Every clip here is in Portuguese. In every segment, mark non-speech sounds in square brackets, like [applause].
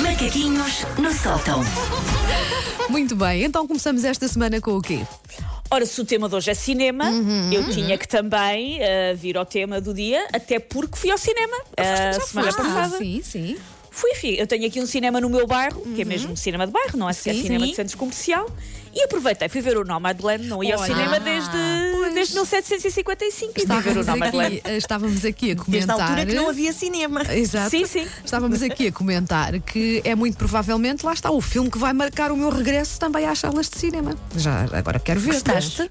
Macaquinhos no sótão. Muito bem, então começamos esta semana com o quê? Ora, se o tema de hoje é cinema, Uhum. eu tinha que também ah, vir ao tema do dia, até porque fui ao cinema eh, a semana foste? passada. Ah, Sim, sim. Fui, fui. Eu tenho aqui um cinema no meu bairro, que é mesmo cinema de bairro, não é sequer Uhum. Sim, cinema sim. de centro comercial. E aproveitei, fui ver o Nomadland, não ia ao Olha. cinema Ah, desde, pois. desde 1755. e Fui ver o Estávamos Nomadland. aqui, eh, estávamos aqui a comentar. Desde a altura que não havia cinema. Exato. Sim, sim. Estávamos aqui a comentar que é muito provavelmente, lá está, o filme que vai marcar o meu regresso também às salas de cinema. Já agora quero ver. Gostaste?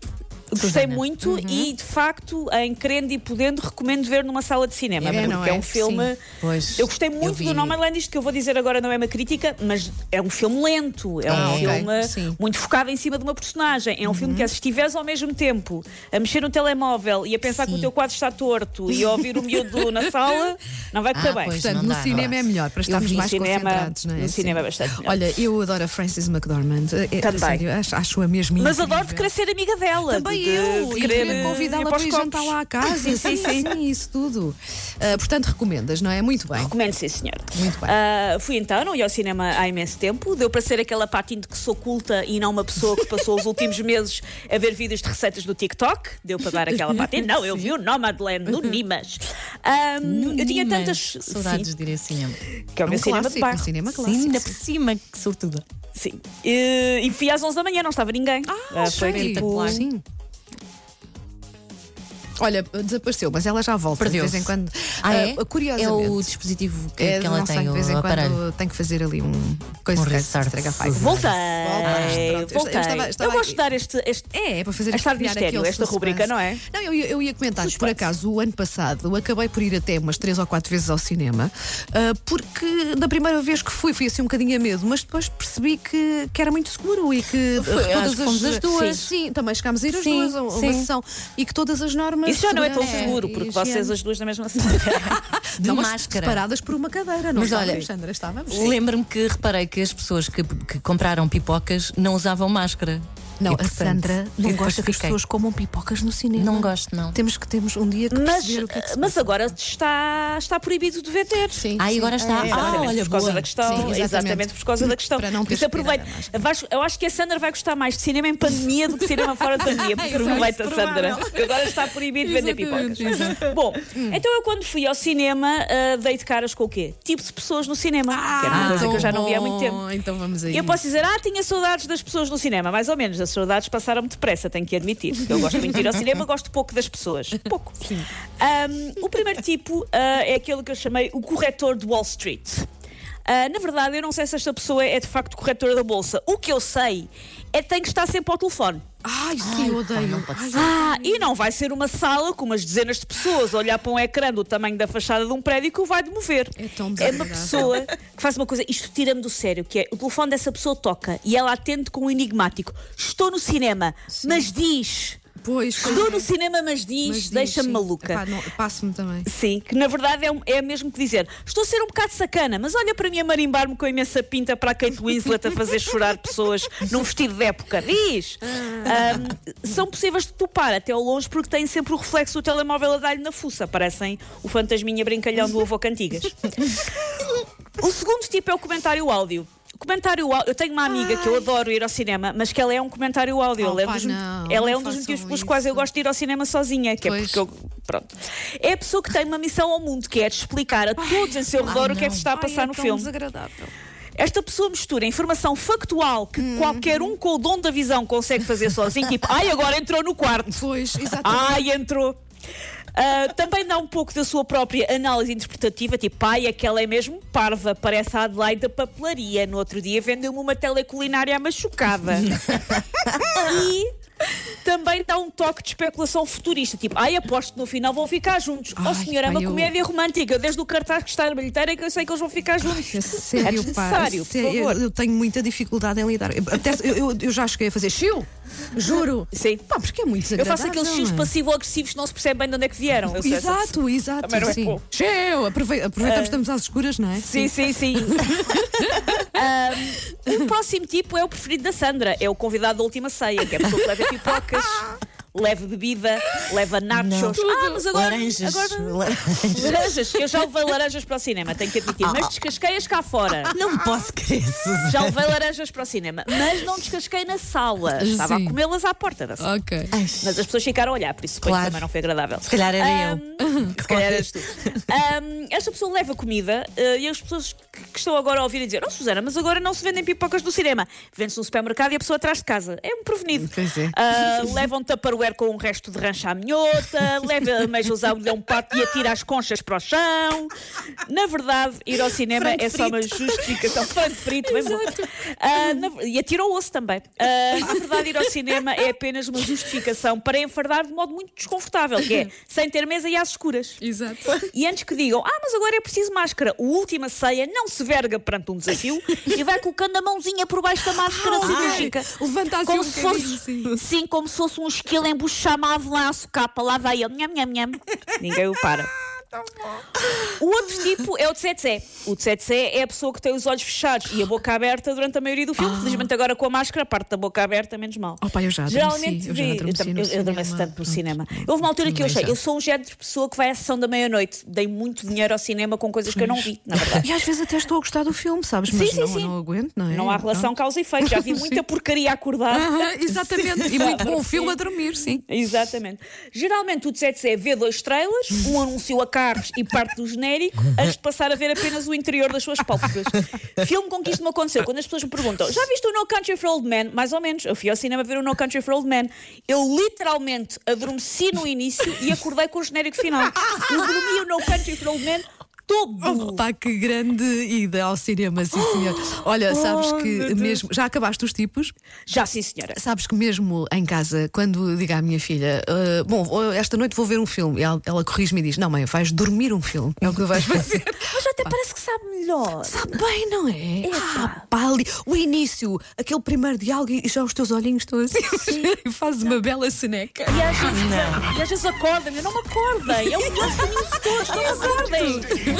Gostei muito Uhum. e, de facto, em querendo e podendo, recomendo ver numa sala de cinema. É, não porque é? é? um filme. Sim. Pois, eu gostei muito vi. do Nomadland, isto que eu vou dizer agora não é uma crítica, mas é um filme lento, é um Ah, ok. filme Sim. Uhum. muito focado em cima de uma personagem. É um filme que, se estiveres ao mesmo tempo a mexer no telemóvel e a pensar que o teu quadro está torto e a ouvir o miúdo [laughs] na sala, não vai correr Ah, Tá bem. pois. Portanto, Não no dá, cinema não. é melhor, para estarmos vi mais cinema- concentrados, não é? no Sim. cinema é bastante melhor. Olha, eu adoro a Frances McDormand. É, é, Também. sério, acho, acho-a mesmo Mas incrível. adoro de querer ser amiga dela. Também de, de, eu, de e querer eh, ir convidá-la para os para ir copos. jantar lá à [laughs] casa. sim, sim, isso tudo. Ah, portanto, recomendas, não é? Muito bem. Recomendo, sim, senhora. Muito bem. Ah, fui então, não ia ao cinema há imenso tempo. Deu para ser aquela patinha de que sou culta e não uma pessoa que passou [laughs] os últimos meses a ver vídeos de receitas do TikTok. Deu para dar aquela patinha. Não, eu vi o Nomadland no Uhum. Nimas. Ah, eu tinha Nimas. tantas. Saudades Sim, de ir ao cinema. que é o É meu um cinema de clássico, um bairro. cinema Sim, clássico. ainda por cima, que sortuda. Sim. Eh, E fui às 11 da manhã, não estava ninguém. Ah, foi sei. tipo. Sim. Olha, desapareceu, mas ela já volta de Perdeu-se. vez em quando. Ah, é? Ah, É curiosamente. o dispositivo que, É, que ela não sei, tem, de vez o em aparelho. quando tem que fazer ali um coisa Um que restart. estraga a fase. Voltei. Voltaste, pronto. Eu Voltei. estava- estava eu gosto aqui. de dar este. este... É, é para fazer É estar de criar mistério, aquele esta suspense. rubrica, não é? Não, eu, ia- eu ia comentar que, por Suspense. acaso, o ano passado, eu acabei por ir até umas três ou quatro vezes ao cinema, ah, porque da primeira vez que fui, fui assim um bocadinho a medo, mas depois percebi que, que era muito seguro e que Foi, acho que fomos as duas. Sim, também chegámos a ir as Sim, duas a uma sim. sessão. E que todas as normas. Isso já não é tão de segurança seguro, e porque higiene- vocês as duas na [laughs] mesma sala. De Não, mas máscara. separadas por uma cadeira, não Mas estávamos, olha, Sandra, estávamos. Lembro-me que reparei que as pessoas que, que compraram pipocas não usavam máscara. Não, E, a portanto, Sandra eu não depois gosta que as fiquei. pessoas comam pipocas no cinema. Não gosto, não. Temos que temos um dia que mas, perceber o que é que se mas agora está, está proibido de vender. Sim, Ah, e sim. agora está. Ah, Exatamente, olha, por causa boa. da questão. Sim, exatamente. exatamente. por causa da questão. Para não ter Isso aproveita. esperado mais. Vais- eu acho que a Sandra vai gostar mais de cinema em pandemia do que cinema fora de [laughs] pandemia. Por isso Isso é aproveita, muito Sandra. provável. que Agora está proibido vender Exatamente, pipocas. Bom, Hum. então eu quando fui ao cinema ah, dei de caras com o quê? Tipo de pessoas no cinema. Ah, que era é uma coisa que eu já não vi há muito tempo. Então vamos aí. E eu posso dizer, ah, tinha saudades das pessoas no cinema. Mais ou menos, as saudades passaram-me depressa, tenho que admitir. Eu gosto muito de ir ao cinema, gosto pouco das pessoas. Pouco. Ahm, o primeiro tipo ah, é aquele que eu chamei o corretor de Wall Street. Ah, na verdade, eu não sei se esta pessoa é de facto corretora da bolsa. O que eu sei é que tem que estar sempre ao telefone. Ai, sim, eu odeio. não pode Ai, ser. Ah, e não vai ser uma sala com umas dezenas de pessoas a olhar para um ecrã do tamanho da fachada de um prédio que o vai demover. É tão uma desagradável. pessoa que faz uma coisa, isto tira-me do sério, que é o telefone dessa pessoa toca e ela atende com um enigmático. Estou no cinema, mas diz. Pois, Estou no cinema, mas diz, mas diz, um deixa-me sim. maluca. Epá, não- Passo-me também. Sim, que na verdade é, um- é mesmo que dizer Estou a ser um bocado sacana, mas olha para mim a marimbar-me com a imensa pinta para a Kate Winslet a fazer chorar pessoas num vestido de época Diz! Ahm, são possíveis de topar até ao longe porque têm sempre o reflexo do telemóvel a dar-lhe na fuça Parecem o fantasminha brincalhão do avô Cantigas O segundo tipo é o comentário áudio Comentário áudio, eu tenho uma amiga que eu adoro ir ao cinema, mas que ela é um comentário áudio. Oh, ela é, pá, dos- não, ela é não um dos façam motivos pelos quais eu isso. gosto de ir ao cinema sozinha, que Pois. é porque eu Pronto. É a pessoa que tem uma missão ao mundo, que é de explicar a todos em seu redor o que é que se está a passar Ai, é no tão filme. desagradável. Esta pessoa mistura informação factual que Hum. qualquer um com o dom da visão consegue fazer sozinho, tipo, ai, agora entrou no quarto. [laughs] Pois, exatamente. Ai, entrou. Ah, também dá um pouco da sua própria análise interpretativa, tipo, ai, aquela é mesmo parva, parece a Adelaide da papelaria. No outro dia vendeu-me uma teleculinária [laughs] machucada. e também dá um toque de especulação futurista, tipo, ai, aposto que no final vão ficar juntos. oh, Ai, senhor, é pá, uma eu- comédia romântica, eu desde o cartaz que está na bilheteira que eu sei que eles vão ficar juntos. É sério, pá. desnecessário, é por sério, eu, favor. eu tenho muita dificuldade em lidar. Eu, apetece- eu- eu- eu já cheguei a fazer chiu, juro. Sim. Pá, porque é muito Eu desagradável. faço aqueles não X é? passivo-agressivos que não se percebe bem de onde é que vieram. Eu sei essa pessoa. Exato, exato. Também não é sim. bom. Chiu, aprove- aproveitamos, estamos às escuras, não é? Sim, sim, [laughs] sim. Um, [laughs] Ahm, o próximo tipo é o preferido da Sandra, é o convidado da última ceia, que é a pessoa que leva pipocas. leve bebida, leva nachos. Ah, mas agora. Laranjas. agora- Laranjas. Laranjas, eu já levei laranjas para o cinema, tenho que admitir. Mas descasquei-as cá fora. Não posso [laughs] crer, Susana. Já levei laranjas para o cinema, mas não descasquei na sala. Estava Sim. a comê-las à porta da sala. Ok. Ai, Mas as pessoas ficaram a olhar, por isso Claro. Ah. claro. também não foi agradável. Se calhar era Ahm, eu. Se calhar eras tu. Ahm, esta pessoa leva comida ah, e as pessoas que, que estão agora a ouvir e dizer: Oh, Susana, mas agora não se vendem pipocas no cinema. Vende-se no supermercado e a pessoa atrás de casa. É um prevenido. Pois é. Ah, leva um tupperware com um resto de rancho à minhota, leva ameijas a um pato e atira as conchas para o chão. Na verdade, ir ao cinema Frango é só uma justificação. Frango frito, bem bom. Ah, na- e atira o osso também. Ah, na verdade, ir ao cinema é apenas uma justificação para enfardar de modo muito desconfortável, que é sem ter mesa e às escuras. Exato. E antes que digam, ah, mas agora é preciso máscara, o Última Ceia não se verga perante um desafio e vai colocando a mãozinha por baixo da máscara cirúrgica. Levanta assim Como um se bocadinho, fosse, sim. sim. como se fosse um esquilo embuchado à avanço, capa, lá vai ele, nham, nham, nham. Ninguém o [laughs] para. Ah, O outro tipo é o tsetse. O tsetse é a pessoa que tem os olhos fechados e a boca aberta durante a maioria do filme. Felizmente agora com a máscara, a parte da boca aberta, menos mal. Ah. Oh, pá, eu já adormeci, Geralmente eu já vi- adormeci tam- no eu- eu adormeço cinema. tanto no Pronto. cinema. Houve uma altura que eu Também achei, já. eu sou um género de pessoa que vai à sessão da meia-noite. Dei muito dinheiro ao cinema com coisas que eu não vi, [laughs] na verdade. E às vezes até estou a gostar do filme, sabes? Mas Sim, sim, não, sim. não aguento, não é? Não há relação causa e efeito. Já vi muita porcaria [laughs] acordada. Aham, [laughs] exatamente. E muito bom filme a dormir, sim. Exatamente. Geralmente o tsetse vê é dois trailers, um anúncio a carros e parte do genérico, antes de passar a ver apenas o interior das suas pálpebras. Filme com que isto me aconteceu, quando as pessoas me perguntam: já viste o No Country for Old Men? Mais ou menos. Eu fui ao cinema ver o No Country for Old Men. Eu literalmente adormeci no início e acordei com o genérico final. Eu dormi o No Country for Old Men todo. Pá, que grande ida ao cinema, sim, [gasps] senhor. Olha, Oh, sabes que mesmo. Já acabaste os tipos? Já sim, senhora. Sabes que mesmo em casa, quando digo à minha filha, "Ah, bom, esta noite vou ver um filme, e ela, ela corrige-me e diz: Não, mãe, vais dormir um filme, é o que vais [laughs] fazer. Mas até parece que sabe melhor. Está bem, não é? Epá. Ah, pá, ali, o início, aquele primeiro diálogo e já os teus olhinhos estão assim, [laughs] e fazes uma bela seneca. E às vezes, e às vezes acordam-me, não me É acordem. Eu gosto de todos, não me acordem.